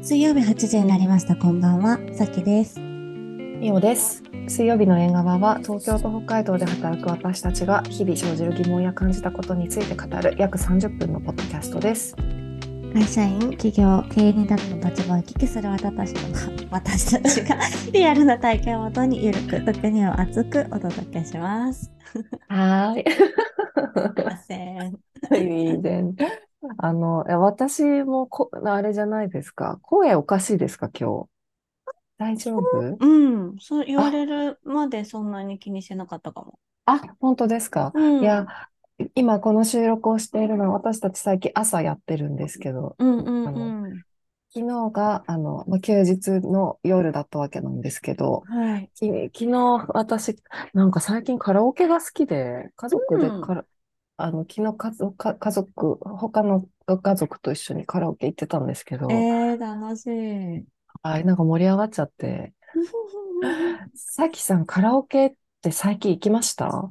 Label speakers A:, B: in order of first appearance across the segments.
A: 水曜日8時になりました。こんばんは、さきです。
B: みおです。水曜日の縁側は東京と北海道で働く私たちが日々生じる疑問や感じたことについて語る約30分のポッドキャストです。
A: 会社員、企業、経営に立つの立場を聞きする私たちが、 私たちがリアルな体験をもとにゆるく、時には熱くお届けします。
B: は
A: すいません。
B: い。いいね。あの、え私もこ、あれじゃないですか。声おかしいですか、今日。大丈夫
A: うん、そう言われるまでそんなに気にしてなかったかも。
B: あ、本当ですか。
A: うん、
B: いや、今この収録をしているのは私たち最近朝やってるんですけど、
A: うんうんうん。
B: 昨日が、あの、まあ休日の夜だったわけなんですけど、
A: はい。
B: き昨日、私、なんか最近カラオケが好きで、家族で
A: うん
B: カラ、あの、昨日家族、か家族、他のご家族と一緒にカラオケ行ってたんですけど、
A: えー、楽し い。
B: はい、なんか盛り上がっちゃって。さきさん、カラオケって最近行きました
A: あ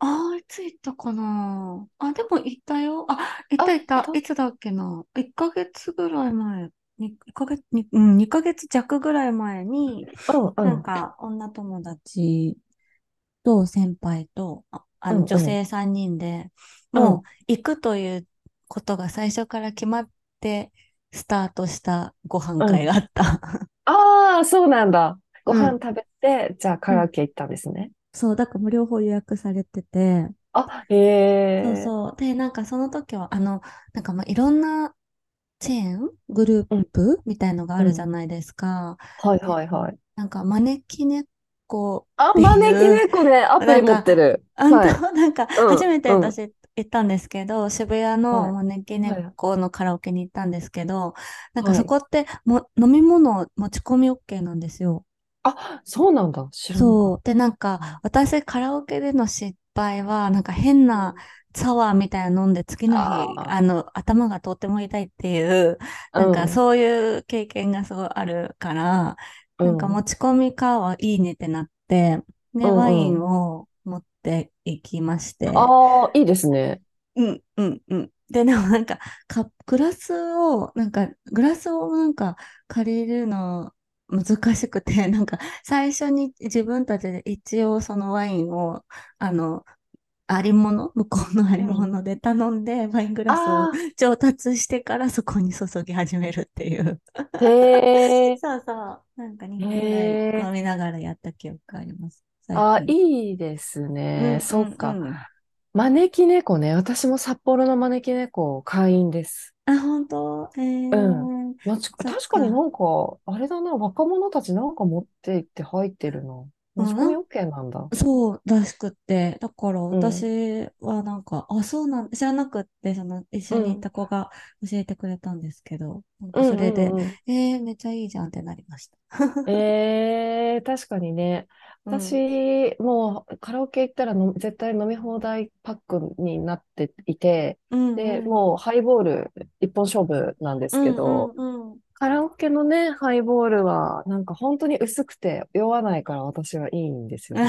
A: あ、いつ行ったかなあ、でも行ったよ。あ、行った
B: あ
A: 行った。
B: 行った
A: いつだっけな ?1 ヶ月ぐらい前。に1ヶ月、にうん、2ヶ月弱ぐらい前に、
B: うんう
A: なん
B: ん。
A: か女友達と先輩と、あ、あ
B: うん
A: の
B: うん
A: 女性3人で、
B: うん
A: もう行くということが最初から決まってスタートしたご飯会があった。
B: ああ、そうなんだ。ご
A: うん
B: 飯食べて、じゃあカラオケ行ったんですね。
A: そう、だからもう両方予約されてて、
B: あ、へ
A: そう
B: え。
A: そう。で、なんかその時は、あの、なんかまあいろんなチェーン、グループみたいのがあるじゃないですか。
B: はいはいはい。
A: なんか招き猫、
B: あ、招き猫ね、アプリ持ってる。
A: あん
B: はい
A: た なんか
B: うん
A: 初めて
B: うん
A: 私行ったんですけど、渋谷
B: は
A: の
B: い
A: 招き猫のカラオケに行ったんですけど、なんか
B: はい
A: そこっても飲み物持ち込み OK なんですよ。
B: あ、そうなんだ。知らなかっ
A: そう。で、なんか私カラオケでの失敗は、なんか変
B: た
A: な、サワーみたいなの飲んで次の日、
B: あー
A: あの、頭がとっても痛いっていう、なん
B: う
A: か
B: ん
A: そういう経験がすごいあるから、なんか
B: うん
A: 持ち込みかはいいねってなって、で、
B: うんうん
A: ワインを持っていきまして、
B: ああ、いいですね。
A: うん、うん、うん。で、でもなんか、カグラスを、なんか、グラスをなんか借りるの難しくて、 なんか、最初に自分たちで一応そのワインを、あの、ありもの、向こうのありもので頼んで、ワイングラスを
B: あ
A: 調達してからそこに注ぎ始めるっていう。
B: あ、へえ。
A: そうそう。なんか2
B: へ
A: 杯ぐ
B: え
A: らい飲みながらやった記憶があります。最
B: あ
A: 近。
B: いいです
A: う
B: ね
A: ん。
B: そっ
A: う
B: か。
A: んうん
B: 招き猫ね。私も札幌の招き猫会員です。
A: あ、本当えー
B: まち、
A: っか
B: 確かになんか、あれだな、若者たちなんか持って行って入ってるな。持ち込み OK なんだ。
A: そうらしくって、だから
B: ん
A: 私はなんか、あ、そうなん知らなくって、その一緒に行った子が教えてくれたんですけど、なんかそれで、
B: うんうんうん
A: えー、めっちゃいいじゃんってなりました。
B: ええ確かにね。
A: うん
B: 私、もうカラオケ行ったらの絶対飲み放題パックになっていて、
A: うん
B: で、
A: うん
B: もうハイボール一本勝負なんですけど、
A: うんうんうん
B: カラオケのね、ハイボールは、なんか本当に薄くて酔わないから私はいい んですよね。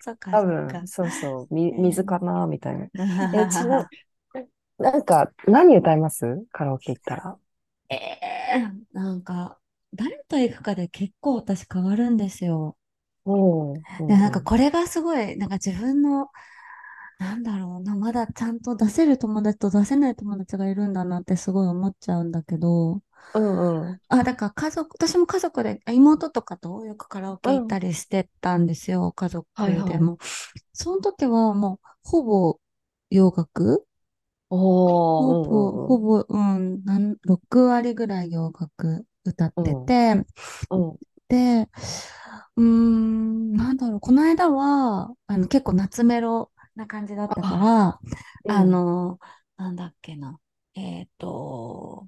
A: そっか、
B: 多
A: そっ
B: 分、
A: か。
B: そうそう、み、
A: えー
B: 水かな、みたいな。 え、ちな、なんか、何歌いますカラオケ行ったら。
A: えーなんか、誰と行くかで結構私変わるんですよ。
B: おーうん
A: で、なんか
B: うん
A: これがすごい、なんか自分の、なんだろうな、まだちゃんと出せる友達と出せない友達がいるんだなってすごい思っちゃうんだけど、
B: うんうん。
A: あ、だから家族、私も家族で、あ妹とかとよくカラオケ行ったりしてたんですよ、家族
B: はいはい
A: でも。その時はもう、ほぼ洋楽ほ
B: おー
A: ぼ、
B: うんうん
A: ほぼ、うん、なん、6割ぐらい洋楽歌ってて、
B: うん。うん。
A: で、うーん、なんだろう、この間は、あの、結構夏メロな感じだったから、あの、なんだっけな、えっと、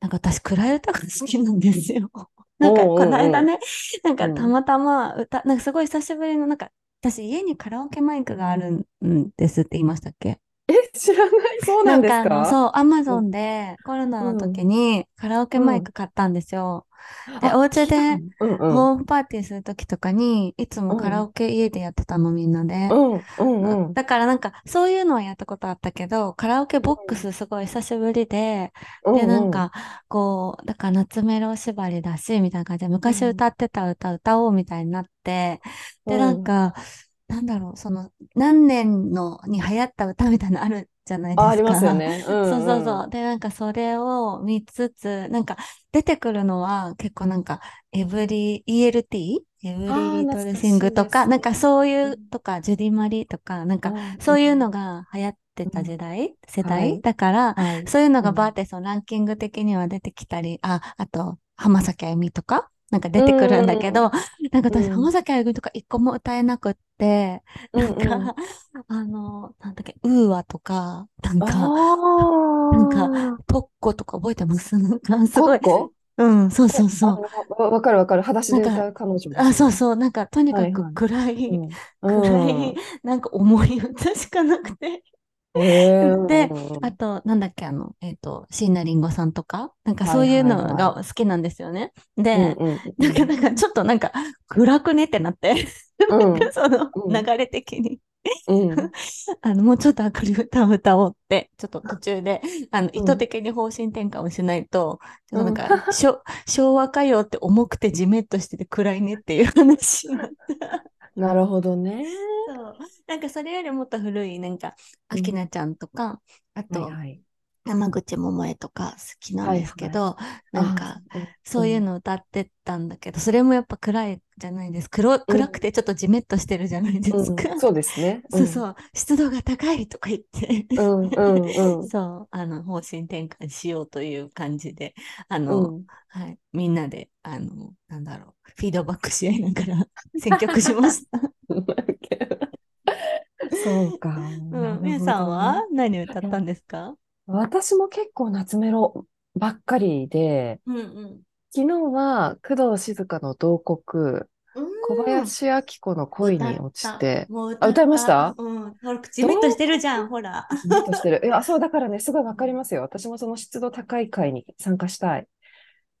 A: なんか私、暗い歌が好きなんですよ。なんか、
B: おうおうおう
A: この間ね、なんか
B: うん
A: たまたま歌、なんかすごい久しぶりの、なんか、私、家にカラオケマイクがあるんですって言いましたっけ
B: え、知らない。そうなんです
A: なんかあの、
B: か
A: そう、アマゾンでコロナの時にカラオケマイク買ったんですよ。で、
B: あ
A: お家で
B: うんうん。
A: ホームパーティーする時とかに、いつもカラオケ家でやってたの、みんなで
B: う。んうんうん。
A: だからなんか、そういうのはやったことあったけど、カラオケボックスすごい久しぶりで、で、なんか、こう、だから夏メロ縛りだし、みたいな感じで、昔歌ってた歌歌おうみたいになって、
B: うんう
A: で、
B: ん、
A: なんか、なんだろう、その、何年のに流行った歌みたいなのあるじゃないですか。
B: あ、ありますよ。ね。うん
A: そうそうそう。で、なんかそれを見つつ、なんか出てくるのは結構なんか、エブリ、ELT? エブリ
B: あー
A: リト
B: 懐
A: ル
B: かし
A: シ
B: い
A: ングとか、
B: です
A: なんかそういううんとか、ジュディ・マリとか、なんか
B: ん
A: そういうの。が流行ってた時代、世代、
B: はい
A: だから、
B: はい。
A: そういうの
B: う
A: が
B: ん
A: バーってそのランキング的には出てきたり、あ、あと、浜崎あゆみとか、なんか出てくるんだけど、なんか私、
B: うん
A: 浜崎あゆみとか一個も歌えなくって、
B: うん
A: なんか、 あの、なんだっけ、ウーアとか、なん
B: あ
A: か、
B: あ。
A: なんトッコとか覚えてますなんか、す
B: コ
A: ご
B: ッ
A: い。
B: コ
A: うん、そうそうそう。
B: う。わかるわかる。裸足で
A: な
B: 歌う彼女。
A: あ、そうそう。なんか、とにか
B: はいは
A: く
B: い
A: 暗い、
B: うん。
A: 暗い、
B: うん
A: なんか重い歌しかなくて。
B: へー
A: であと、なんだっけ、あの、えっと、椎名林檎さんとか、なんかそういう
B: はいは
A: の
B: いは
A: が好きなんですよね。
B: う
A: で、
B: んうん
A: なんか、なんか、ちょっとなんか、暗くねってなって、
B: うん
A: なんか その
B: うん
A: 流れ的に、
B: うん
A: あの、もうちょっと明るい歌を歌おうって、ちょっと途中で、あの、
B: うん
A: 意図的に方針転換をしないと、ちょっとなん
B: う
A: か、しょ昭和歌謡って重くてジメッとしてて暗いねっていう話になって。
B: なるほどね。
A: そうなんかそれよりもっと古い、なんか、
B: うん
A: 明菜ちゃんとか、あと、
B: はいはい
A: 山口百恵とか好きなんですけど、なんか、
B: あうん
A: そういうの歌ってたんだけど、それもやっぱ暗いじゃないです黒。暗くてちょっとジメッとしてるじゃないです
B: うん
A: か。
B: そうですね。
A: そうそう、湿度が高いとか言って、
B: うん。うんうんうん。
A: そう、あの、方針転換しようという感じで、あの、
B: うん
A: はい、みんなで、あの、なんだろう、フィードバックし合いながら 選曲しま した。
B: そうか。
A: うん、
B: なる
A: みゆ
B: ほ
A: さん
B: ど
A: は
B: ね
A: 何歌ったんですか
B: 私も結構夏メロばっかりで、
A: うんうん。
B: 昨日は工藤静香の慟哭、小林明子の恋に落ちて、
A: もう
B: あ歌いました
A: うん。ほら、口めっとしてるじゃん、ほら。
B: じっとしてる。い や、そうだからね、すごいわかりますよ。私もその湿度高い会に参加したい。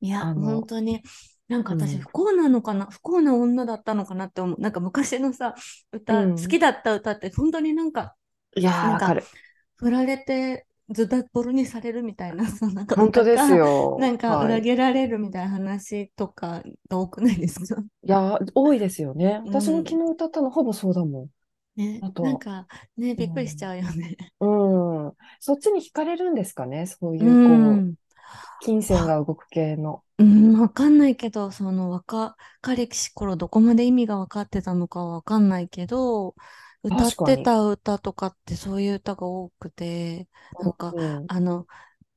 A: いや、
B: あの
A: 本当に、なんか私、
B: うん
A: 不幸なのかな、不幸な女だったのかなって思う。なんか昔のさ、歌、
B: うん
A: 好きだった歌って、本当になんか、
B: いやー、
A: なん
B: わ
A: か
B: かる。
A: 振られて、ズタボロにされるみたいな さ、なんか、
B: 本当です。よ。
A: なんか、
B: はい
A: 裏切られるみたいな話とかが多くないですか、
B: いやー、多いですよね。私も
A: うん
B: 昨日歌ったのほぼそうだも
A: ね、
B: あと
A: なんか、ね、びっくりしちゃうよね。
B: ん。うん。そっちに惹かれるんですかね、そういう、
A: う
B: こう、
A: ん。
B: 金銭が動く系の。
A: うん、わかんないけど、その若かりし頃どこまで意味が分かってたのかはわかんないけど、
B: 確
A: 歌っ
B: か
A: て
B: に
A: た歌とかってそういう歌が多くて、なんか、
B: うん
A: あの、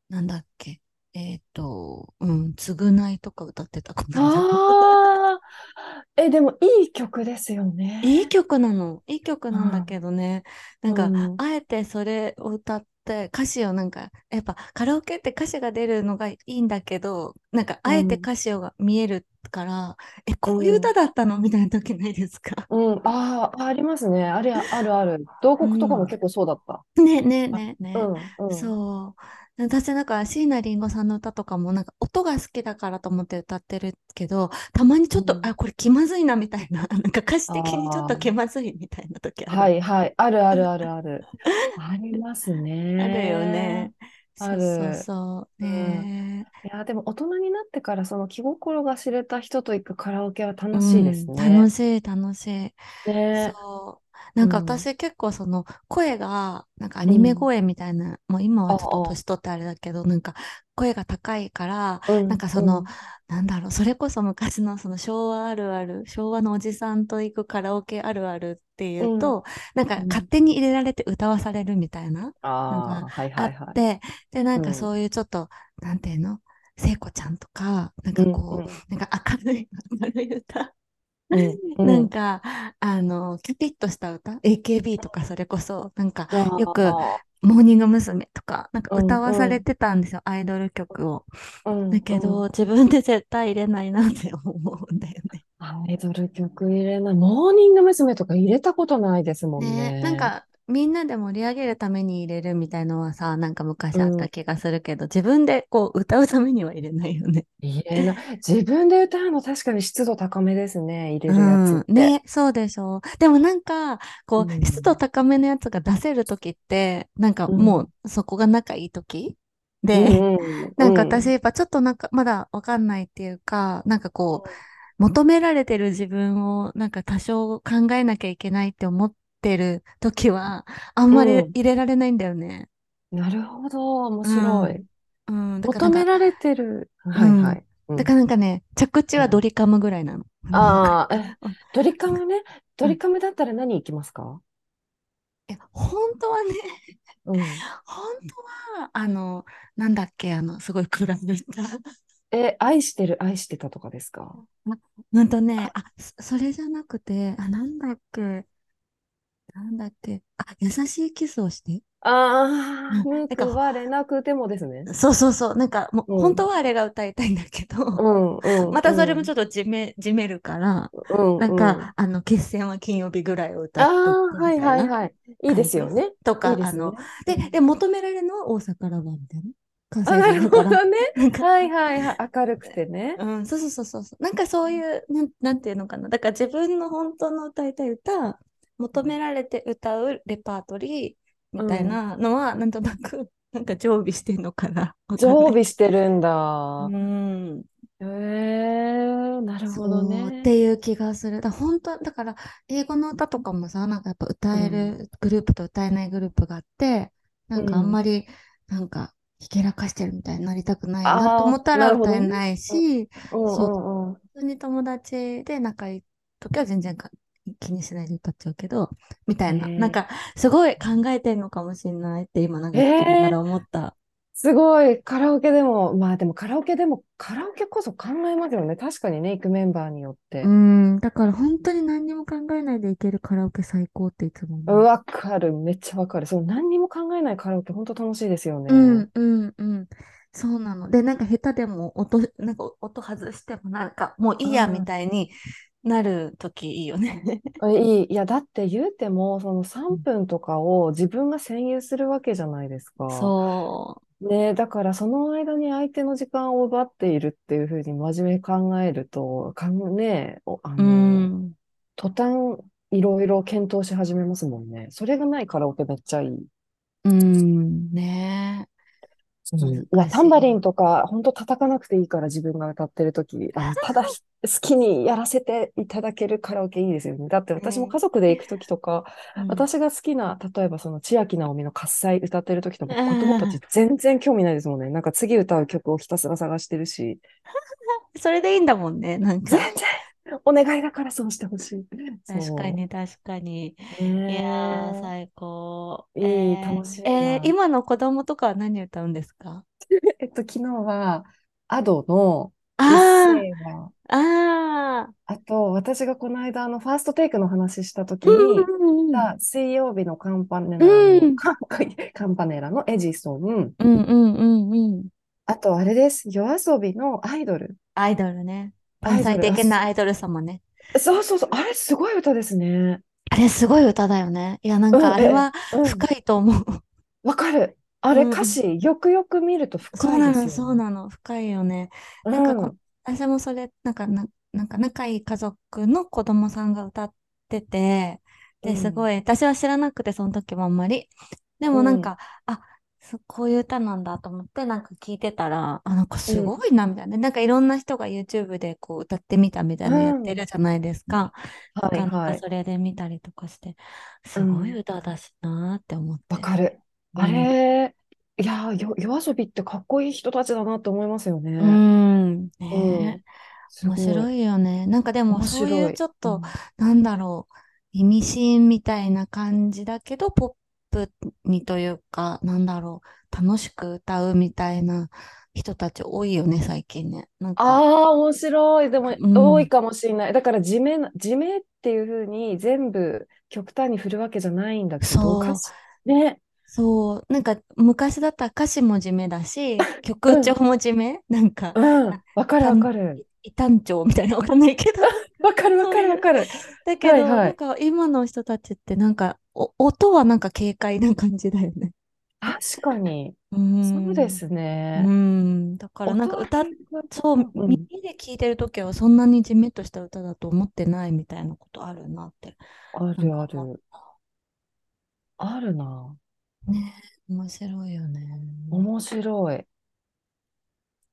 A: なんだっけ、えっと、うん、償いとか歌ってたかな。
B: ああ、 え、でもいい曲ですよね。
A: いい曲なの、いい曲なんだけどね、なんか、
B: うん
A: あえてそれを歌って歌詞をなんかやっぱカラオケって歌詞が出るのがいいんだけどなんかあえて歌詞が見えるから、えこういう歌だったのみたいな時ないです か、
B: うん、あーあ、りますね。あれ、あるある。同国とかも結構そうだった。
A: ねねねね、
B: うん、うん。
A: そう私なんか椎名林檎さんの歌とかもなんか音が好きだからと思って歌ってるけどたまにちょっと、
B: うん
A: あこれ気まずいなみたいななんか歌詞的にちょっと
B: あー
A: 気まずいみたいな時ある、
B: はい、はい。あるあるあるある。ありますね。
A: あるよね。そうそう
B: ある
A: そう
B: うん
A: ね
B: いやー、でも大人になってからその気心が知れた人と行くカラオケは楽しいです
A: うん
B: ね
A: 楽。しい楽しい。
B: ね。
A: そう。なんか
B: うん
A: 私結構その声が、なんかアニメ声みたいな、もう今はちょっ
B: あ
A: と
B: あ
A: 年取ってあれだけど、なんか声が高いから、
B: うん
A: なんかその、なんだろう、それこそ昔のその昭和あるある、昭和のおじさんと行くカラオケあるあるっていうと、なんか
B: うん
A: 勝手に入れられて歌わされるみたいな。
B: ああー、はい
A: あ
B: はいは
A: っ
B: い。
A: て、で、なん
B: う
A: か
B: ん
A: そういうちょっと、なんていうの聖子ちゃんとか、なんかこ
B: うん
A: う、なんか明るい、明るい歌。
B: うんうん
A: なんか、あの、キュピッとした歌 ?AKB とかそれこそ、なんか、よく
B: あ
A: モーニング娘。とか、なんか
B: うん
A: 歌わされてたんですよ、アイドル曲を。
B: ーうん
A: だけ
B: うん
A: ど、自分で絶対入れないなって思うんだよね。
B: アイドル曲入れない。モーニング娘。とか入れたことないですも ん
A: ね
B: ね。
A: なんか、みんなで盛り上げるために入れるみたいのはさ、なんか昔あった気がするけど、自分でこう歌うためには入れないよね。
B: 入れな、自分で歌うの確かに湿度高めですね、入れるやつって。
A: うん、ね、そうでしょう。でもなんか、こ
B: うん
A: う、湿度高めのやつが出せるときって、なんかもうそこが仲いいときで、
B: うんう ん
A: なんか
B: うん
A: 私やっぱちょっとなんかまだわかんないっていうか、なんかこう、求められてる自分をなんか多少考えなきゃいけないって思ってる時は、あんまり
B: うん
A: 入れられないんだよね。
B: なるほど、面白い。
A: うん、だからな
B: 求め
A: んから
B: れてる。はいはい。うん
A: だからなんかね、着地はドリカムぐらいなの。
B: ああ、え
A: うん
B: ドリカムね。ドリカムだったら何行きますか
A: いや、本当はね、
B: うん。
A: 本当は、あの、なんだっけ、あの、すごい暗いの言った。
B: え、愛してる、愛してたとかですか
A: うんとね、あ、そそれじゃなくて、あ、なんだっけ、なんだっけ、あ、優しいキスをして。
B: ああ、
A: うん
B: 報われなくてもですね。
A: そうそうそう。なんか、もう、
B: うん
A: 本当はあれが歌いたいんだけ
B: う
A: ど、
B: ん、うん。
A: またそれもちょ
B: ょ
A: っとじめ、じめるから、
B: っと、
A: なん
B: うん
A: か、あの、決戦は金曜日ぐらいを歌
B: あ
A: っと
B: あ、
A: く
B: は
A: み
B: い
A: た
B: はいい
A: な。
B: はい。いいですよね。
A: とか、
B: いいで
A: あ
B: すね
A: の、。で、で、求められるのは大阪ラバーみたいな。関
B: あ、
A: 西人だ
B: なるほ
A: か
B: ど
A: ら。
B: ね。
A: なんか、
B: はいはいはい。明るくてね。
A: うん、そうそうそうそうそう。なんかそういう、なん、なんていうのかな。だから自分の本当の歌いたい歌、求められて歌うレパートリーみたいなのは、なんとなく、 なんか常備してんのかな。わかんない
B: 常備してるんだ。
A: うん。
B: へえ、なるほど
A: そう
B: ね
A: っ。ていう気がする。だ本当だから英語の歌とかもさ、なんかやっぱ歌えるグループと歌えないグループがあって、なんかあんまりなんかひけらかしてるみたいになりたくないなと思った
B: あーな
A: ら
B: るほど
A: 歌
B: ね
A: えないし、
B: うんうんうん。
A: 普通に友達で仲いい時は全然か気にしないで歌っちゃうけど、みたいな。
B: ねえ
A: なんかすごい考えてんのかもしれないって今なんか
B: ええ
A: 聞きながら思った。
B: すごい、カラオケでも、まあでもカラオケでも、カラオケこそ考えますよね。確かにね、行くメンバーによって。
A: うん、だから本当に何にも考えないでいけるカラオケ最高っていつも思う。
B: わかる、めっちゃわかる。その何にも考えないカラオケ、本当楽しいですよね。
A: うんうんうん。そうなの。で、なんか下手でも音、なんか音外してもなんかもういいや
B: うん
A: みたいになるときいいよね。
B: あいい、いや、だって言うても、その3分とかを自分が占有するわけじゃないですか。
A: そ
B: ねえ、だからその間に相手の時間を奪っているっていうふうに真面目に考えると、かんねえ、おあ
A: う。う
B: の、
A: ん。
B: 途端いろいろ検討し始めますもんね。それがないカラオケめっちゃいい。
A: うん。ね
B: うん
A: 難しい
B: いや、タンバリンとか、本当叩かなくていいから自分が歌ってるとき、あのただひ好きにやらせていただけるカラオケいいですよね。だって私も家族で行くときとか、
A: え。うん
B: 私が好きな、例えばその千秋直美の喝采歌ってるときとか、子供たち全然興味ないですもんね。なんか次歌う曲をひたすら探してるし、
A: それでいいんだもんね。なん
B: 全
A: か。
B: 然お願いだからそうしてほしい。
A: 確かに確かに。
B: そう。
A: い
B: ね
A: や
B: え
A: ー、最高。
B: いい
A: えー
B: 楽しいな
A: えー今の子供とかは何歌うんですか
B: えっと、昨日は、アドの、うっ
A: あ
B: せぇわ
A: あ、ああ。
B: あと、私がこの間、あの、ファーストテイクの話したとき
A: う
B: に、
A: んうんうん
B: さ水曜日のカンパネラ
A: う
B: の、
A: ん
B: カンカンパネラのエジソン、
A: うんうんうんうん。
B: あと、あれです、夜遊びのアイドル。
A: アイドルね。天
B: アイドル
A: 才的なアイドル様ね。
B: そうそうそう、あれすごい歌ですね。
A: あれすごい歌だよね。いや、なん
B: うん
A: かあれは
B: うん
A: 深いと思う。
B: わかる。あれ
A: うん
B: 歌詞、よくよく見ると
A: そう
B: 深い
A: な
B: で
A: の、
B: す
A: そ
B: よ
A: う
B: ね。
A: なの。深いよね。
B: う
A: なんか
B: ん
A: こう、私もそれ、なんかな、なんか仲いい家族の子供さんが歌ってて、
B: う
A: で、
B: ん
A: すごい、私は知らなくて、その時もあんまり。でもなんか、あ、そこういう歌なんだと思って、なんか聞いてたら、あ、なんかすごいな、みたいな。なんかいろんな人が YouTube でこう歌ってみたみたいなのやってるじゃないですか。だ
B: は
A: か
B: い
A: らなん
B: は
A: か
B: い。
A: それで見たりとかして、すごい歌だしなーって思って。
B: わかる。
A: うん
B: あれ、いやー、よ、夜遊びってかっこいい人たちだなって思いますよ
A: う
B: ね。
A: ん。
B: うん
A: ね
B: す
A: え。面
B: ごい。
A: 白いよね。なんかでも
B: 面
A: そう
B: 白
A: いう
B: い
A: ちょっ
B: う
A: と
B: ん、
A: なんだろう、意味深みたいな感じだけど、ポップにというか、なんだろう、楽しく歌うみたいな人たち多いよね、最近ね。なんか、
B: ああ、面白い。でも、
A: うん
B: 多いかもしれない。だから、地名な、地名っていうふうに、全部、極端に振るわけじゃないんだけど、
A: そう
B: 歌詞、ね。
A: そう、なんか昔だったら歌詞も地味だ し、曲調も地味、なんか、
B: うん。わかるわかる。
A: 異端調みたいなわ かんないけど。
B: わかるわかるわかる。
A: だけど、
B: はいはい
A: なんか今の人たちってなんかお音はなんか軽快な感じだよね。
B: 確かに。
A: うん
B: そうですね。
A: うん。だからなんか歌っ、そう、
B: うん
A: 耳で聞いてるときはそんなにジメッとした歌だと思ってないみたいなことあるなって。
B: あるある。あるな。
A: ね面白いよね。
B: 面白い。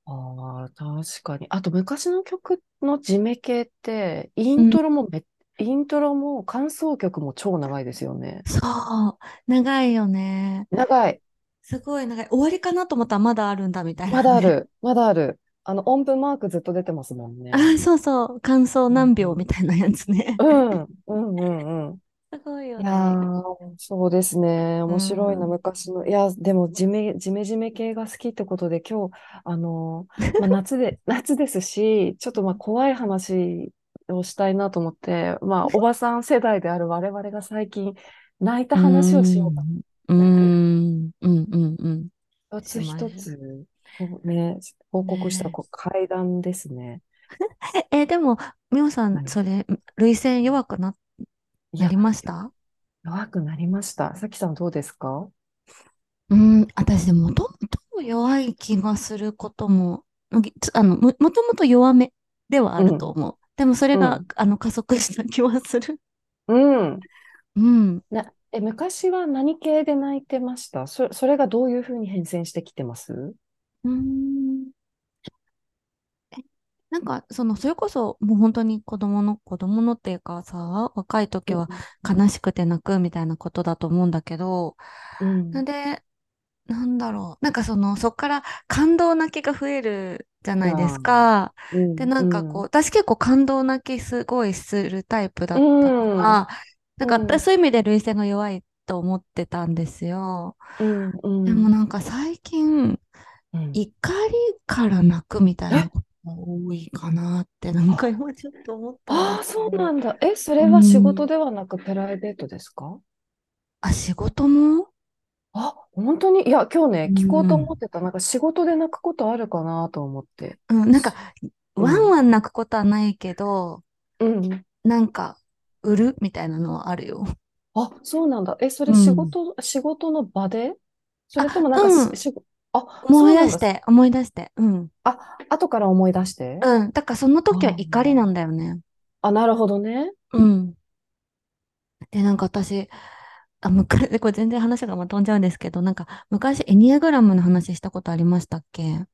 B: ああ、確かに。あと昔の曲の地メ系って、イントロもめ、イントロも間奏曲も超長いですよね。
A: そう。長いよね。
B: 長い。
A: すごい長い。終わりかなと思ったらまだあるんだみたいな、
B: まだあ
A: ね。
B: る。まだある。あの、音符マークずっと出てますも んね。
A: あ、そうそう。感想何秒みたいなやつ ね。
B: うん、うん、うん、うん。
A: すごいよ
B: い
A: ね。
B: やー、そうですね。面白いな、
A: うん
B: 昔の。いや、でも、ジメ、ジメジメ系が好きってことで、今日、あの ー、まあ、夏で、夏ですし、ちょっとまあ、怖い話をしたいなと思って、まあ、おばさん世代である我々が最近、泣いた話をしようか。
A: うーん。うんうんうん。
B: 一つ一つ、こうね、報告した、こう、階段ですね。
A: え、えでも、みおさ
B: は
A: ん、
B: い
A: それ、涙腺弱くな、
B: い
A: な
B: や
A: り、ました
B: 弱くなりました。さきさん、どうですか
A: うん、私でもともと弱い気がすることも、ぎつあの、も、もともと弱めではあると思う。でもそれが、
B: う
A: あの、加速した気はする。
B: うん。
A: うん。
B: な、え、昔は何系で泣いてましたそ、それがどういうふうに変遷してきてます
A: うーん。えなんか、その、それこそ、もう本当に子供の、子供のっていうかさ、若い時は悲しくて泣くみたいなことだと思うんだけど、
B: うん
A: なんで、なんだろう。なんかその、そっから感動泣きが増えるじゃないですか。
B: うん
A: で、なんかこう、私結構感動泣きすごいするタイプだったから、なんか
B: うん
A: 私そういう意味で涙腺が弱いと思ってたんですよ。
B: うん、うん、
A: でもなんか最近、
B: うん
A: 怒りから泣くみたいなことが多いかなって、なんか今ちょっと思ったん
B: あ
A: で
B: あ、
A: す
B: そう
A: けど
B: なんだ。え、それは仕事ではなくプライベートですか
A: あ、仕事も
B: あ、本当にいや、今日ね、聞こうと
A: うん
B: 思ってた。なんか仕事で泣くことあるかなと思って。
A: うん、なんか、
B: うん
A: ワンワン泣くことはないけど、
B: うん。
A: なんか、売るみたいなのはあるよ。
B: あ、そうなんだ。え、それ
A: うん
B: 仕事、仕事の場でそれともなん
A: あう
B: か
A: ん
B: し、しご、あ、
A: 思い
B: そうなん
A: 出
B: だ。
A: して、思い出して。うん。
B: あ、後から思い出して。
A: うん。だからその時は怒りなんだよね。
B: あ、なるほどね。
A: うん。で、なんか私、あ、昔、これ全然話がまとんじゃうんですけど、なんか昔エニアグラムの話したことありましたっけ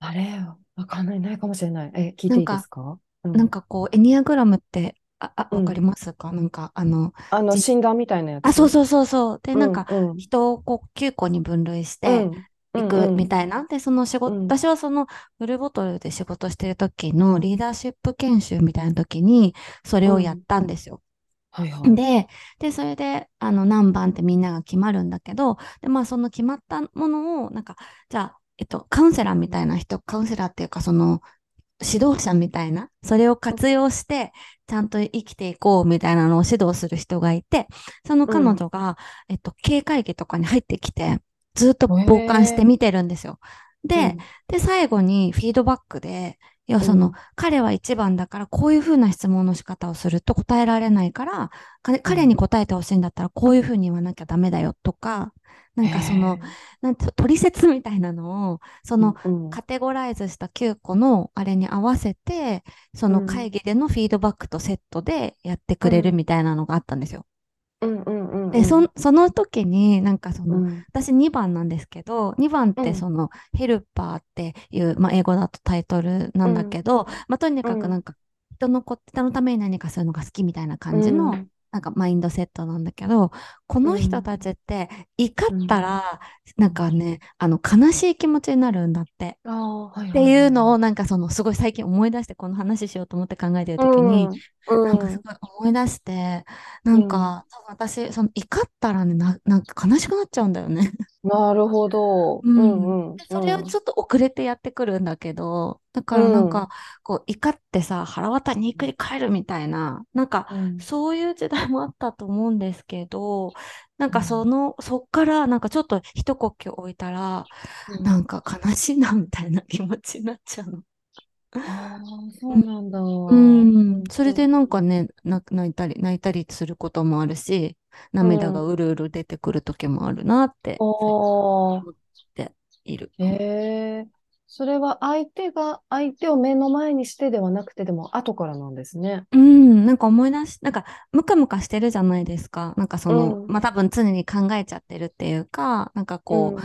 B: あれよ、わかんない、ないかもしれない。え、聞い
A: な
B: てい
A: ん
B: い
A: か
B: ですかうん
A: なんかこう、エニアグラムって、あ、あ、
B: うん
A: わかりますかなんか、あの、
B: あの、
A: じ
B: 診断みたいなや
A: あ、
B: つ。
A: そうそうそうそう。で、
B: うん
A: なんか、
B: うん
A: 人をこう、9個に分類し
B: う
A: て
B: ん
A: いくみ
B: い
A: たいな。で、その仕事、
B: うん
A: 私はその、ブルーボトルで仕事してる時のリーダーシップ研修みたいな時に、それをやったんですよ。
B: な。はいはい。
A: で、で、それで、あの、何番ってみんなが決まるんだけど、で、まあ、その決まったものを、なんか、じゃあ、えっと、カウンセラーみたいな人、カウンセラーっていうか、その、指導者みたいな、それを活用して、ちゃんと生きていこうみたいなのを指導する人がいて、その彼女が、えっと、警戒期とかに入ってきて、ずっと傍観して見てるんですよ。で、で、最後にフィードバックで、いや、その、
B: うん
A: 彼は一番だから、こういうふうな質問の仕方をすると答えられないから、彼彼に答えてほしいんだったら、こういうふうに言わなきゃダメだよとか、
B: うん、
A: なんかその、なんて、取説みたいなのを、その、
B: へー、うんうん
A: カテゴライズした9個のあれに合わせて、その
B: うん
A: 会議でのフィードバックとセットでやってくれるみたいなのがあったんですよ。
B: うんうんうんうん
A: で、そん、その時に、なんかその、
B: うん
A: 私2番なんですけど、2番っ
B: う
A: て
B: ん
A: そのヘルパーっていう、まあ、英語だとタイトルなんだけど、まあ、とにか
B: う
A: く
B: ん
A: なんか人のこ人のために何かするのが好きみたいな感じの、
B: うん
A: なんかマインドセットなんだけど、この人たちって怒ったら、なんかね、あの悲しい気持ちになるんだって。
B: ああ、はいはい。
A: っていうのをなんかそのすごい最近思い出してこの話しようと思って考えてる時に、
B: うん、
A: なんか
B: う
A: す
B: ん
A: ごい思い出して、なんか多分私その怒ったらねな、なんか悲しくなっちゃうんだよね。
B: なるほど。
A: うん
B: うんうん
A: でそれは
B: うん
A: ちょっと遅れてやってくるんだけど、だからなんか、こう、怒ってさ、腹渡りにくり返るみたいな、なんか、
B: うん
A: そういう時代もあったと思うんですけど、なん
B: う
A: か
B: ん
A: その、そっから、なんかちょっと一呼吸置いたら、
B: うん
A: なんか悲しいな、みたいな気持ちになっちゃうの。
B: ああ、そうなんだ。
A: う、
B: うん
A: それ
B: ん、
A: でなんかね、な泣いたり、泣いたりすることもあるし、
B: う
A: 涙が
B: ん。
A: うるうる出てくる時もあるなって最近
B: おー。
A: 思っている。
B: ええ、それは相手が、相手を目の前にしてではなくて、でも後からなんですね。
A: うん、なんか思い出し、なんかムカムカしてるじゃないですか。なんかそうの、
B: ん、
A: まあ多分常に考えちゃってるっていうか、なんか
B: う
A: こう、
B: ん、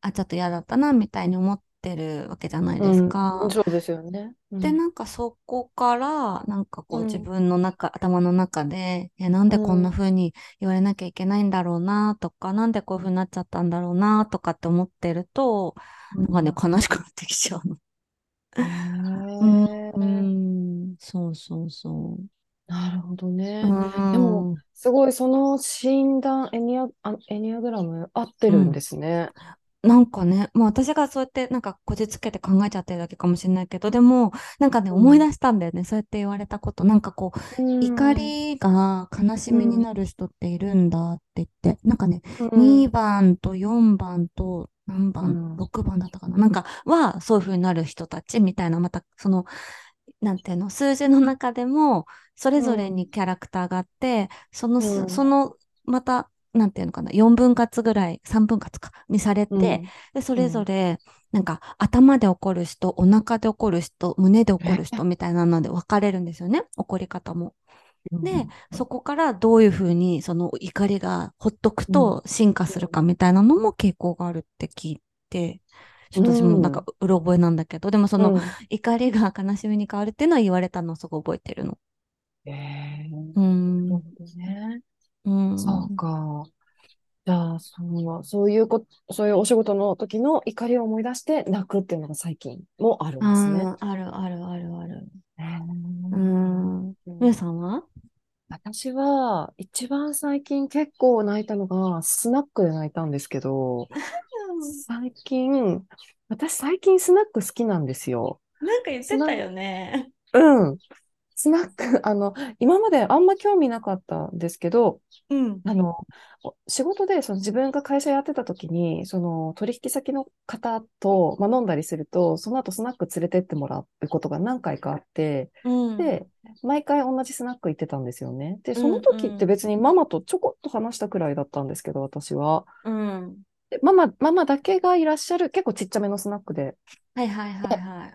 A: あ、ちょっと嫌だったなみたいに思ってるわけじゃないです
B: うん、
A: か。
B: そうですよね。う
A: で、
B: ん、
A: なんかそこから、なんかこ
B: う
A: う自
B: ん、
A: 分の中、頭の中で、え、なん
B: う、
A: でこんなん風に言われなきゃいけないんだろうなとか、なんでこういう風になっちゃったんだろうなとかって思ってると、
B: う
A: なんかね、
B: ん。
A: 悲しくなってきちゃうの。
B: へ
A: うん、う
B: え、
A: ん、そうそうそう。
B: なるほど
A: う
B: ね。でも、
A: ん、
B: すごい、その診断、エニア、あ、エニアグラム合って
A: う
B: るん
A: ん。
B: ですね。
A: なんかね、まあ私がそうやってなんかこじつけて考えちゃってるだけかもしれないけど、でもなんかね、
B: う
A: 思い
B: ん、
A: 出したんだよね。そうやって言われたこと。なんかこう、
B: う
A: 怒
B: ん、
A: りが悲し
B: う
A: みに
B: ん、
A: なる人っているんだって言って、なんかね、
B: うん、
A: 2番と4番と何
B: う
A: 番、
B: ん、
A: 6番だったかな。なんかはそういう風になる人たちみたいな、またその、なんていうの、数字の中でも、それ
B: う
A: ぞれ
B: ん、
A: にキャラクターがあって、その
B: う
A: す、そ
B: ん、
A: の、また、なんていうのかな、4分割ぐらい、3分割か、にされ
B: う
A: て、
B: ん、
A: で、そうれぞ
B: ん。
A: れ、なんか、頭で怒る人、お腹で怒る人、胸で怒
B: え、
A: る人みたいなので分かれるんですよね、怒り方も。
B: う
A: で、
B: ん、
A: そこからどういうふうに、その怒りがほっとく
B: うん、
A: と進化するかみたいなのも傾向があるって聞いて、ちょ
B: う
A: っと私もなん
B: ん、う
A: か
B: ん、
A: うろ覚えなんだけど、でもそうの
B: ん。
A: 怒りが悲しみに変わるっていうのは言われたのをすごい覚えてるの。
B: ええ、な
A: うー
B: るほ
A: ん、
B: どね。
A: う、
B: そうんか。じゃあ、その、そういうこ、そういうお仕事の時の怒りを思い出して泣くっていうのが最近もあるんですね。
A: ああ、あるあるあるある。
B: え
A: うー
B: ー
A: ん。
B: う
A: みゆ
B: ん
A: さんは
B: 私は、一番最近結構泣いたのが、スナックで泣いたんですけど、
A: うん
B: 最近、私最近スナック好きなんですよ。
A: なんか言っ
B: ス
A: て
B: ナ、
A: たよね。
B: うん。スナック、あの、今まであんま興味なかったんですけど、
A: うん、
B: あの、お仕事でその自分が会社やってた時に、その取引先の方と、まあ、飲んだりすると、その後スナック連れてってもらうことが何回かあって、
A: うん、
B: で、毎回同じスナック行ってたんですよね。で、
A: う
B: その
A: ん、
B: 時って
A: うん、
B: 別にママとちょこっと話したくらいだったんですけど、私は。
A: うん。
B: でママ、ママだけがいらっしゃる、結構ちっちゃめのスナックで。
A: はいはいはい
B: で
A: はい。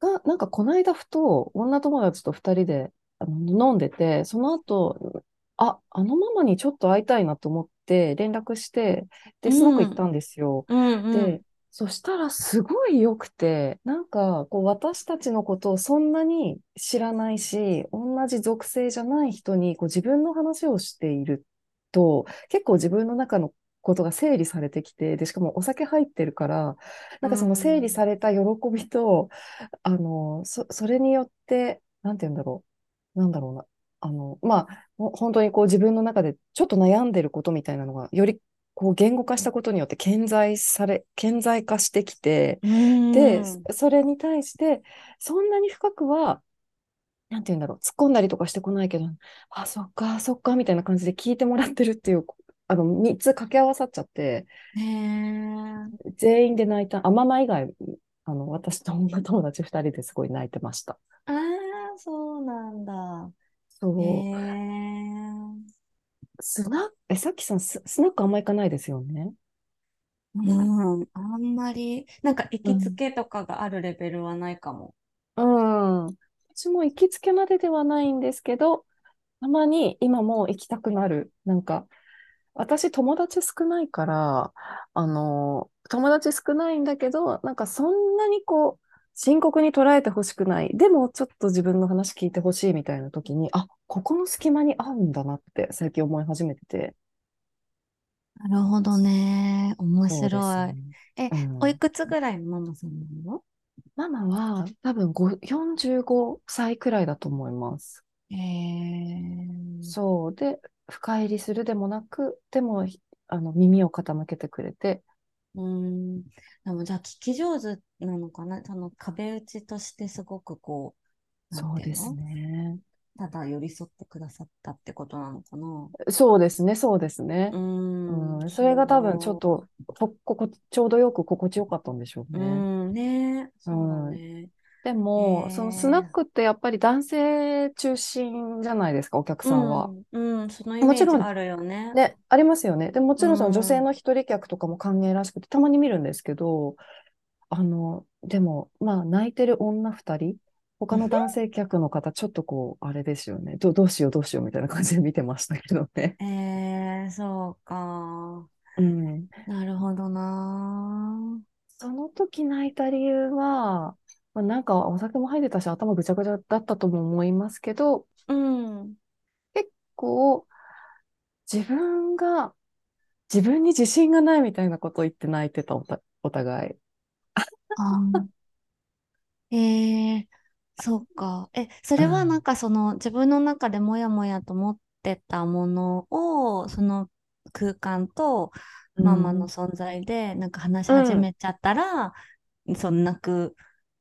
B: が、なんかこの間ふと女友達と二人であの飲んでて、その後、あ、あのママにちょっと会いたいなと思って連絡して、
A: う
B: で、スナック行った
A: ん、
B: んですよ。
A: うん、うん。
B: で、そしたらすごい良くて、なんかこう私たちのことをそんなに知らないし、同じ属性じゃない人にこう自分の話をしていると、結構自分の中のことが整理されてきて、で、しかもお酒入ってるから、
A: う
B: なんかその整理
A: ん
B: された喜びと、あの、そ、それによって、なんて言うんだろう。なんだろうな。あの、まあ、ほ本当にこう自分の中でちょっと悩んでることみたいなのが、よりこう言語化したことによって顕在され、顕在化してきて、
A: う
B: で、
A: ー
B: そ
A: ん。
B: それに対して、そんなに深くは、なんて言うんだろう、突っ込んだりとかしてこないけど、あ、そっか、そっか、みたいな感じで聞いてもらってるっていう、あの、三つ掛け合わさっちゃって、
A: へえ。
B: 全員で泣いた、あ、ママ以外、あの、私と女友達二人ですごい泣いてました。
A: ああ、そうなんだ。へ
B: そう。
A: え。
B: スナック、え、さっきさん、ス、スナックあんま行かないですよね。
A: うん、あんまり、なんか行き
B: う
A: つ
B: ん。
A: けとかがあるレベルはないかも。
B: うん。私も行きつけまでではないんですけど、たまに今もう行きたくなる。なんか、私友達少ないから、あの、友達少ないんだけど、なんかそんなにこう、深刻に捉えてほしくない。でもちょっと自分の話聞いてほしいみたいな時に、あ、ここの隙間に合うんだなって最近思い始めてて。
A: なるほどね。面
B: そうです
A: 白い。
B: ね。
A: え、
B: う
A: おい
B: ん。
A: くつぐらいのママさんなの
B: ママは多分ご45歳くらいだと思います。
A: へえ。
B: そう。で、深入りするでもなく、でも、ひあの、耳を傾けてくれて。
A: うん。でもじゃあ聞き上手なのかなその壁打ちとしてすごくこう、なん
B: そう
A: ていう
B: です
A: の
B: ね。
A: ただ寄り添ってくださったってことなのかな
B: そうですね、そうですね。
A: うん、
B: うん。それが多分、ち
A: そ
B: ょっと、こ、ここ、ちょうどよく心地よかったんでしょ
A: う。
B: う
A: う
B: ね。
A: ん、ね、
B: う
A: そうだ
B: ん。
A: ね。
B: で
A: へ
B: も、そのスナッ
A: え。
B: クってやっぱり男性中心じゃないですか、お客
A: う
B: さんは。
A: ん、うん、そのイ
B: も
A: メ
B: ち
A: ージ
B: ろん、
A: あるよね。
B: ね、ありますよね。で、も
A: う
B: ちろんその女性
A: ん、
B: の一人客とかも歓迎らしくて、たまに見るんですけど、あの、でも、まあ、泣いてる女二人、他の男性客の方、ちょっとこう、あれですよね。ど、どうしよう、どうしようみたいな感じで見てましたけどね。
A: えー、そうか。
B: うん。
A: なるほどな。
B: その時泣いた理由は、まあ、なんかお酒も入ってたし、頭ぐちゃぐちゃだったとも思いますけど、
A: うん。
B: 結構、自分が、自分に自信がないみたいなことを言って泣いてたおた、お互い。
A: あ、えー、そうか。え、そうれはなん
B: ん。
A: かその自分の中でもやもやと思ってたものを、その空間と
B: う
A: ママの
B: ん。
A: 存在でなんか話し
B: う
A: 始
B: ん。
A: めちゃったら、その泣く、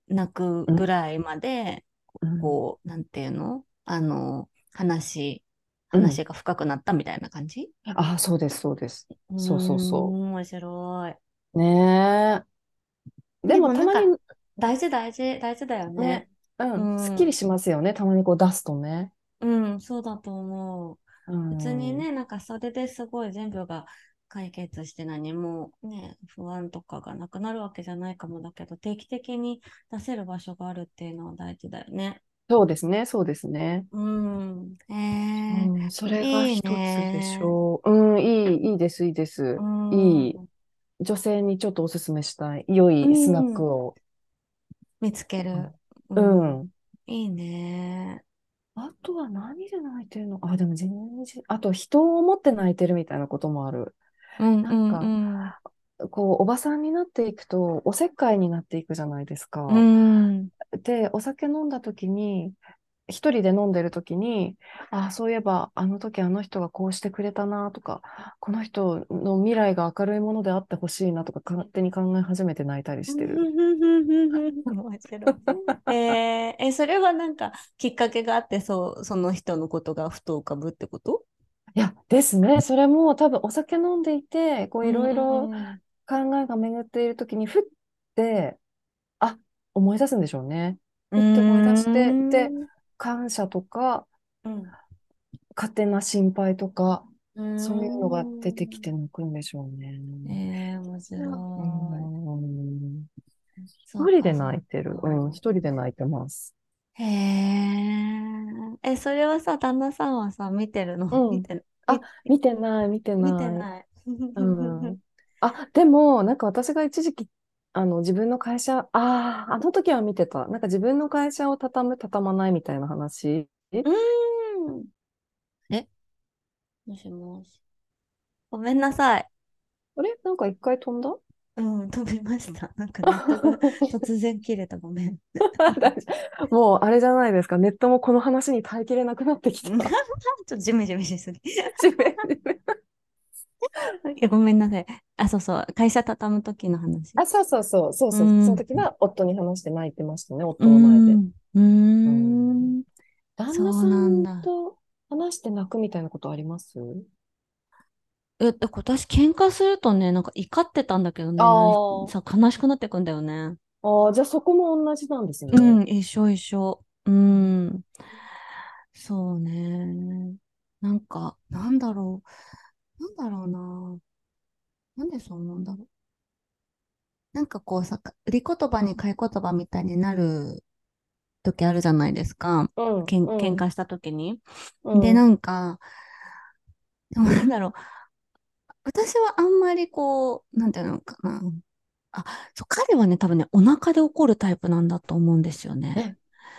A: 泣く
B: うん。
A: ぐらいまで、
B: うん。
A: こう、なんていうのあの、話、
B: うん
A: 話が深くなったみたいな感じ
B: ああ、そうです、そうです。
A: うー、
B: そうそうんそ
A: 面白い。
B: う。ねえ。で
A: で
B: も
A: も
B: た
A: なん
B: まに、
A: か、大事大事、大事だよ
B: ね、
A: ね。
B: う、
A: うん
B: すっきり
A: ん。
B: しますよね。たまにこう出すとね。
A: うん、そうだと思う。
B: う
A: 別に
B: ん。
A: ね、なんかそれですごい全部が解決して何もね、不安とかがなくなるわけじゃないかもだけど、定期的に出せる場所があるっていうのは大事だよね。
B: そうですね、そうですね。
A: うん。
B: う
A: え
B: ん、それが
A: ー、いい
B: 一つでし
A: ね。
B: ょう。うん、いい、いいです、いいで
A: う
B: す。
A: ん。
B: いうい。女性にちょっとおすすめしたい。良いスナック
A: ん。
B: を。
A: 見つける。う。
B: うんん。
A: いいね。
B: あとは何で泣いてるのあ、でも全然、あと人を思って泣いてるみたいなこともある。
A: うん
B: なん
A: う
B: か、
A: ん
B: こう、おばさんになっていくと、おせっかいになっていくじゃないです
A: う
B: か。
A: ん。うん。
B: で、お酒飲んだ時に、一人で飲んでる時に、あ、そういえば、あの時あの人がこうしてくれたなとか、この人の未来が明るいものであってほしいなとか、勝手に考え始めて泣いたりしてる。
A: 面白い。えー、え、それはなんかきっかけがあって、そう、その人のことがふと浮かぶってこと
B: いや、ですね。それも多分お酒飲んでいて、こ
A: う
B: ういろいろ
A: ん。
B: 考えが巡っている時に、ふって、あ、思い出すんでしょうね。
A: う
B: ふって思い出して、で、
A: ん。
B: 感謝とか、
A: うん。
B: 勝手な心配とか、
A: う
B: そういうのが出てき
A: ん。
B: て泣くんでしょうね。
A: えー、面
B: う
A: 白い。
B: ん。
A: そ
B: 一
A: う
B: 人
A: か、
B: で
A: そ
B: 泣いうてる。うん、一
A: か。
B: 人で泣いてます。
A: へえ。え、それはさ、旦那さんはさ、見てるの
B: う
A: 見
B: ん。
A: て、
B: あ、
A: み、
B: 見てない、見て
A: 見て
B: ない。
A: ない。
B: うん。 あ、でも、なんか私が一時期、あの、自分の会社、ああ、あの時は見てた。なんか自分の会社を畳む、畳まないみたいな話。え
A: うーん。え、もしもし。ごめんなさい。
B: あれなんか一回飛んだ
A: うん、飛びました。なんかネットが
B: 大
A: 突然切れた。ごめん。
B: 丈夫もうあれじゃないですか。ネットもこの話に耐えきれなくなってき。
A: ちょったとジメジメしすぎ。 い
B: 自分で
A: や、ごめんなさい。あ、そうそう。会社畳む時の話。
B: あ、そうそうそう、そう
A: う
B: そう。そ
A: ん。
B: の
A: う
B: 時は夫に話して泣いてましたね、
A: ー
B: 夫の前で。
A: ん。うー
B: うん。
A: ん。
B: 旦那
A: そう
B: さ
A: なん
B: ん
A: だ。
B: と話して泣くみたいなことあります
A: え、だから私喧嘩するとね、なんか怒ってたんだけどね、ない
B: ああ。
A: さ、悲しくなってくんだよね。
B: ああ、じゃあそこも同じなんです
A: う
B: ね。
A: ん、一緒一緒。う。
B: うんん
A: そうね。なんか、なんだろう。なんだろうな。なんでそう思うんだろう。なんかこうさ、売り言葉に買い言葉みたいになる時あるじゃないですか。
B: うん、
A: けん、
B: う
A: 喧
B: ん、
A: 嘩した時に。
B: う、
A: で、なんんか、でもなんだろう。私はあんまりこう、なんていうのかな。あ、そう、彼はね、多分ね、お腹で怒るタイプなんだと思うんですよね。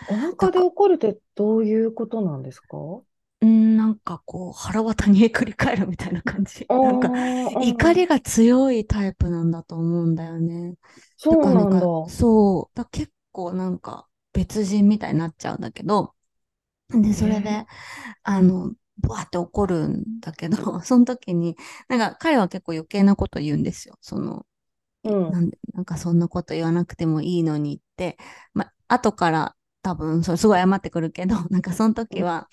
B: え、お
A: だ
B: 腹で
A: か
B: 怒るってどういうことなんですかお
A: ら、うん、なんかこう、腹渡にへくり返るみたいな感じ。なんか、怒
B: ー、う
A: り
B: ん、
A: が強いタイプなんだと思うんだよね。だ
B: そ
A: からな
B: う
A: ん
B: なんだ。
A: か、そう、だから結構なんか、別人みたいになっちゃうんだけど、で、それ
B: え
A: で、あの、ぶわって怒るんだけど、 その時に、なんか彼は結構余計なこと言うんですよ。その、
B: うん、
A: なんで、なんかそんなこと言わなくてもいいのにって、まあ、後から多分、そう、すごい謝ってくるけど、なんかその
B: う
A: 時
B: ん、
A: は、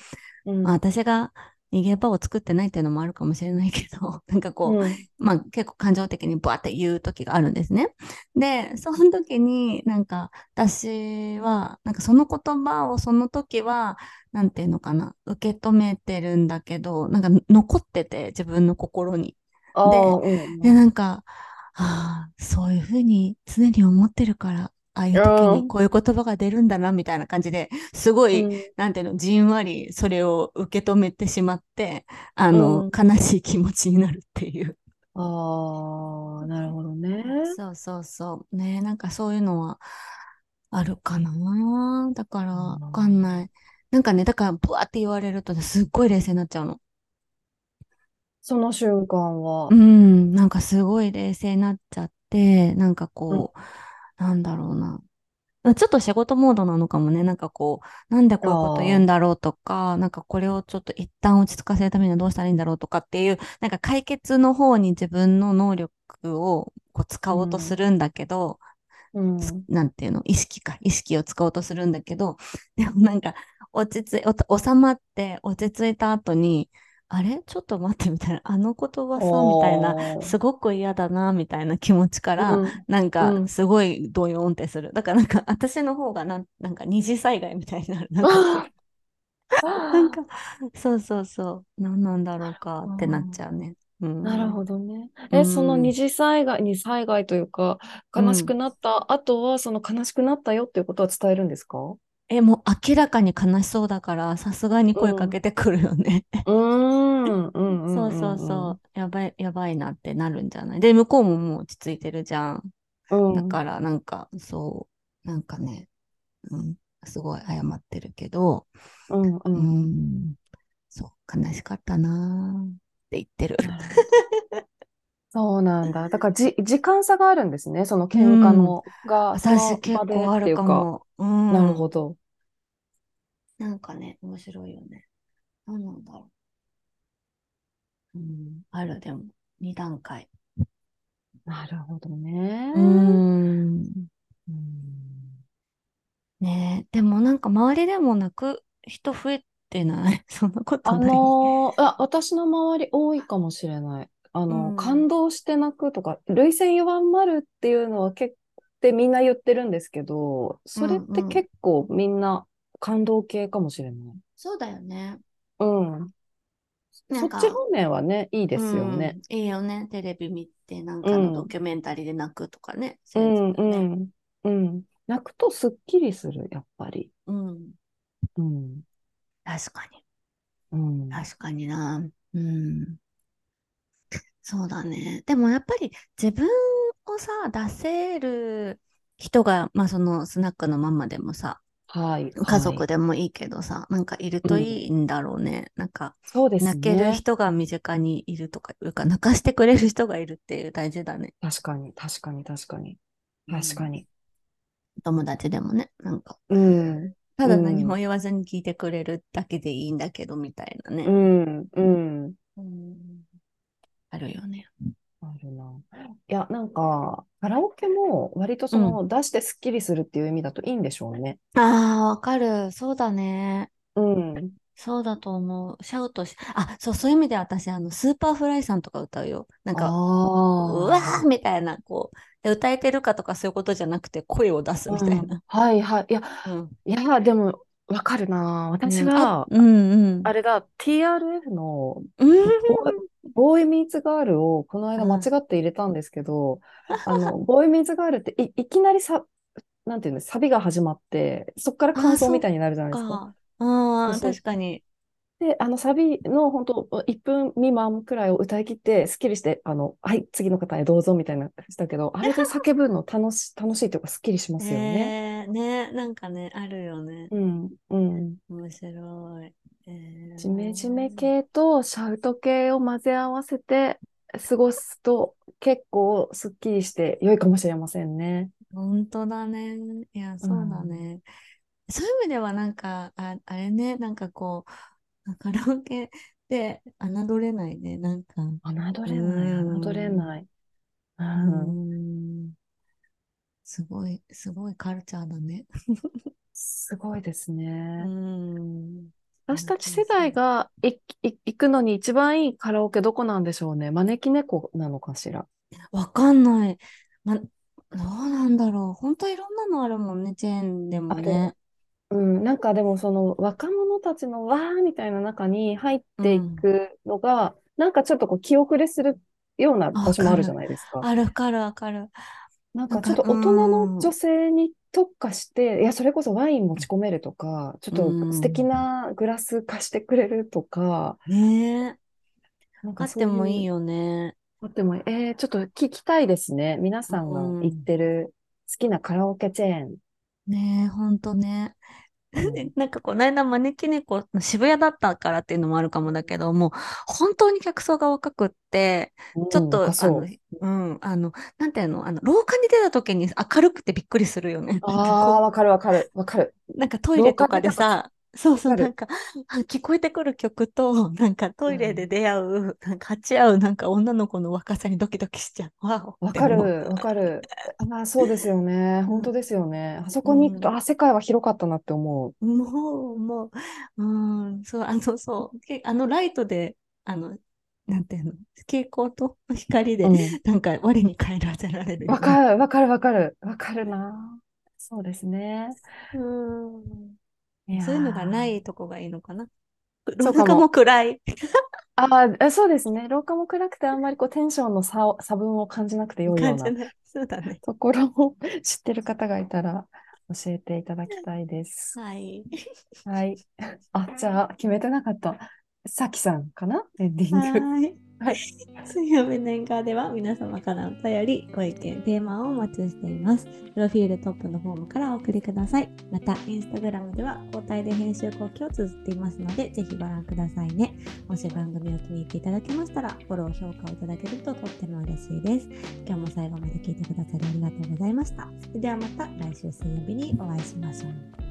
B: う
A: まあ、
B: ん、
A: 私が、逃げ場を作ってないっていうのもあるかもしれないけど、 なんかこう、
B: うん。
A: まあ結構感情的にバーって言う時があるんですね。で、その時になんか私はなんかその言葉をその時はなんていうのかな受け止めてるんだけどなんか残ってて自分の心に。
B: ああ、
A: で、
B: うん。
A: でなんか、ああ、そういうふうに常に思ってるからああいう時
B: う
A: に
B: ん。
A: こういう言葉が出るんだなみたいな感じですご
B: う
A: い
B: ん。
A: なんていうのじんわりそれを受け止めてしまってあ
B: う
A: の
B: ん。
A: 悲しい気持ちになるっていう。
B: ああ、なるほどね。
A: そうそうそう。ね、なんかそういうのはあるかな。だから、わかんない。なんかね、だから、ブワーって言われるとね、すっごい冷静になっちゃうの。
B: その瞬間
A: う
B: は、
A: ん、なんかすごい冷静になっちゃって、なんか
B: うん。
A: こう、なんだろうな。ちょっと仕事モードなのかもね。なんかこう、なんでこういうこと言う
B: あ
A: んだろうとか、なんかこれをちょっと一旦落ち着かせるためにはどうしたらいいんだろうとかっていう、なんか解決の方に自分の能力をこう
B: あ、
A: 使
B: う
A: おうとす
B: ん。
A: るんだけど、
B: う
A: つ
B: ん。
A: なんていうの、意識か、意識を使おうとするんだけど、 でもなんか、落ち着い、おと収まって、落ち着いた後に、あれちょっと待ってみたいな、あの言葉さ、みたいな、
B: おー。
A: すごく嫌だな、みたいな気持ちか
B: う
A: ら、
B: ん。
A: なんか、
B: うん。
A: すごいドヨーンってする。だからなんか、 私の方がなん、なんか二次災害みたいにな る。なんかこ
B: あ
A: う、なん
B: あ、
A: か、そうそうそう、何なんだろうか
B: う
A: ってなっち
B: ん
A: ゃうね。う
B: なる
A: ん。
B: ほどね。
A: う
B: え、その二
A: ん。
B: 次災害に災害というか、
A: う
B: 悲し
A: ん。
B: くなった後は、その悲しくなったよっていうことは伝えるんですかう
A: え、もう明らかに悲しそうだから、さすがに声か
B: ん。
A: けてくるよね。
B: うーん、うん、う、
A: そうそうん
B: う
A: そ
B: ん、
A: う。やばい、やばいなってなるんじゃないで、向こうももう落ち着いてるじゃん。
B: うん。
A: だ
B: うん
A: から、なんか、そう、なんかね、うん、すごい謝ってるけど、
B: うん、
A: う
B: うん。
A: ん、そう、悲しかったなーって言ってる。
B: なるほど。 そうなんだ。だからじ、時間差があるんですね。その
A: う
B: 喧嘩
A: ん、
B: の、が、そ
A: 私
B: の
A: 結
B: 場でっ
A: 構あ
B: て
A: る
B: いう
A: か
B: か。
A: も。う
B: なる
A: ん、
B: ほど。
A: なんかね、面白いよね。何なんだろう。うん、ある、でも、2段階。
B: なるほどね。
A: うん。
B: うん。
A: ねえ、でもなんか周りでも泣く人増えてない そんなこと
B: あ
A: ない。
B: のーあ、私の周り多いかもしれない。あ
A: う
B: の、感
A: ん。
B: 動して泣くとか、涙腺弱まるっていうのは結構、ってみんな言ってるんですけど、
A: う
B: それっ
A: ん
B: て
A: うん。
B: 結構みんな感動系かもしれない。
A: そうだよね。
B: うん。
A: なん
B: そっち
A: か、
B: 方面はね、いいで
A: う
B: すよね。
A: ん、いいよね。テレビ見てなん
B: う
A: かのド
B: ん。
A: キュメンタリーで泣くとかね。
B: う
A: そういうやつ
B: ん、
A: だね。
B: うん、うん。泣くとすっきりする、やっぱり。
A: うん。
B: うん、
A: 確かに。
B: うん。
A: 確かにな。うん。そうだね。でもやっぱり自分をさ、出せる人が、まあそのスナックのママでもさ、
B: はい、
A: 家
B: は
A: 族
B: い。
A: でもいいけどさ、なんかいる
B: う
A: と
B: ん。
A: いいんだろうね。なんか、
B: そうです
A: 泣ける
B: ね。
A: 人が身近にいるとかいうか、泣かしてくれる人がいるっていう大事だね。
B: 確かに、確かに、確かに。
A: う
B: 確か
A: ん。
B: に。
A: 友達でもね、なんか、
B: うん、
A: た
B: う
A: だ何も
B: ん、
A: 言わずに聞いてくれるだけでいいんだけど、みたいな
B: う
A: ね。
B: ん、うん。
A: うん。あるよね。
B: あるな。いや、なんか、カラオケも割と
A: う
B: そ
A: ん。
B: の出してスッキリするっていう意味だといいんでしょうね。
A: ああ、わかる。そうだね。
B: うん。
A: そうだと思う。シャウトし、あ、そう、そういう意味で私、あの、スーパーフライさんとか歌うよ。なんか、うわ
B: あ
A: ーみたいな、こう、で歌えてるかとかそういうことじゃなくて、声を出す
B: あ、
A: みた
B: う
A: い
B: ん。
A: な。
B: はい、はい。いや、
A: うん。
B: いや、でも、わかるな。私
A: うん、あ、
B: が、
A: うんう
B: あ
A: ん。
B: れだ、TRF の
A: うー
B: ボ
A: ん。
B: ー、ボーイミーツガールをこの
A: う
B: 間間違
A: ん。
B: って入れたんですけど、あの、ボーイミーツガールってい、いきなりさ、なんていうの、サビが始まって、そっから
A: ああ、
B: 感想
A: そ
B: み
A: う
B: たいになるじゃないですか。
A: か。
B: そう
A: ああ、
B: そ
A: 確
B: う。
A: かに。
B: で、あの、サビの本当1分未満くらいを歌い切って、スッキリして、あの、はい、次の方へどうぞみたいな、したけど、あれで叫ぶの楽し、楽しいというか、スッキリしま
A: え
B: すよね。
A: えね、なんかね、あるよね。
B: うん、うん。
A: 面白い。え
B: ジメジメ
A: ー、
B: 系とシャウト系を混ぜ合わせて過ごすと結構すっきりして良いかもしれませんね。
A: 本当だね。いや、
B: う
A: そうだ
B: ん。
A: ね。そういう意味では、なんか、あ、あれね、なんかこう、カラオケで侮れないね、なんか。
B: 侮
A: うー
B: れない、侮れ
A: ん。
B: ない。う
A: うー
B: ん。
A: ん。すごい、すごいカルチャーだね。
B: すごいです
A: うー
B: ね。
A: ん。
B: 私たち世
A: そう
B: 代がいい行くのに一番いいカラオケどこなんでしょうね。招き猫なのかしら。
A: わかんない。ま、どうなんだろう。本当いろんなのあるもんね、チェーンでも
B: ある
A: ね。
B: うん、なんかでもその若者たちのわーみたいな中に入っ
A: う
B: てい
A: ん。
B: くのが、なんかちょっとこう気遅れするような
A: あ
B: 場
A: わ
B: 所も
A: か
B: あるじゃ
A: る。
B: ないですか。
A: あるわかるわかる。
B: なん
A: なん
B: かちょっ
A: か、
B: と
A: う
B: 大人の
A: ーん。
B: 女性に特化して、いや、それこそワイン持ち込めるとか、ちょっ
A: う
B: と素敵
A: ん。
B: なグラス貸してくれるとか、
A: ねえ。
B: なんか
A: あっ
B: そ
A: て
B: うい、
A: もいいうよね。
B: あっても、えー、ちょっと聞きたいですね。皆さん
A: う
B: が行っ
A: ん。
B: てる好きなカラオケチェーン。
A: ねえ、ほんとね。
B: うん。
A: なんか この間招き猫の渋谷だったからっていうのもあるかもだけどもう本当に客層が若くってちょ
B: う
A: っ
B: ん、若
A: とあの
B: そう。
A: うんあのなんていうのあの廊下に出た時に明るくてびっくりするよねなんか
B: ああ、
A: こ
B: わかるわかる、わかる。
A: うなんかトイレ
B: 廊
A: と
B: 下
A: か
B: 出
A: で
B: た
A: さ
B: 時、
A: そう
B: わ
A: そう
B: か
A: なん
B: る。
A: かあ聞こえてくる曲となんかト
B: う
A: イレで
B: ん。
A: 出会うなんか鉢合うなんか女の子の若さにドキドキしちゃうわおっ
B: わ
A: て
B: か
A: 思う。
B: る、わかる。あ、まあ、そうですよね。
A: う
B: 本当
A: ん
B: ですよね。あそうこに行くと、
A: ん
B: あ、世界は広かったなって思う。
A: もう、もう、うん、そう、あの、そう、け、あの、ライトで、あの、なんていうの、蛍光灯の光
B: う
A: で、
B: ん。
A: なんか、我に返らせられるよ
B: わ
A: ね。
B: かる、わかる、わかる。わかるな。そうですね。
A: うん。
B: いや
A: そういうのがな
B: ー、
A: いとこがいいのかな。
B: そ
A: 廊
B: うか
A: 下も
B: も。
A: 暗い。
B: あー、えそうですね。廊下も暗くて、あんまりこう、テンションの差を、差分を感じなくて良い
A: 感
B: よう
A: じ
B: な
A: ない。そうだね。
B: ところを 知ってる方がいたら、教えていただきたいです。
A: はい。
B: はい。あ、じゃあ、決めてなかった。さきさんかなエンディング。
A: はーい。
B: はい。
A: 水曜日の縁側では皆様からお便り、ご意見、テーマをお待ちしています。プロフィールトップのフォームからお送りください。また、インスタグラムでは交代で編集後期を綴っていますので、ぜひご覧くださいね。もし番組を気に入っていただけましたら、フォロー、評価をいただけるととっても嬉しいです。今日も最後まで聞いてくださりありがとうございました。それではまた来週水曜日にお会いしましょう。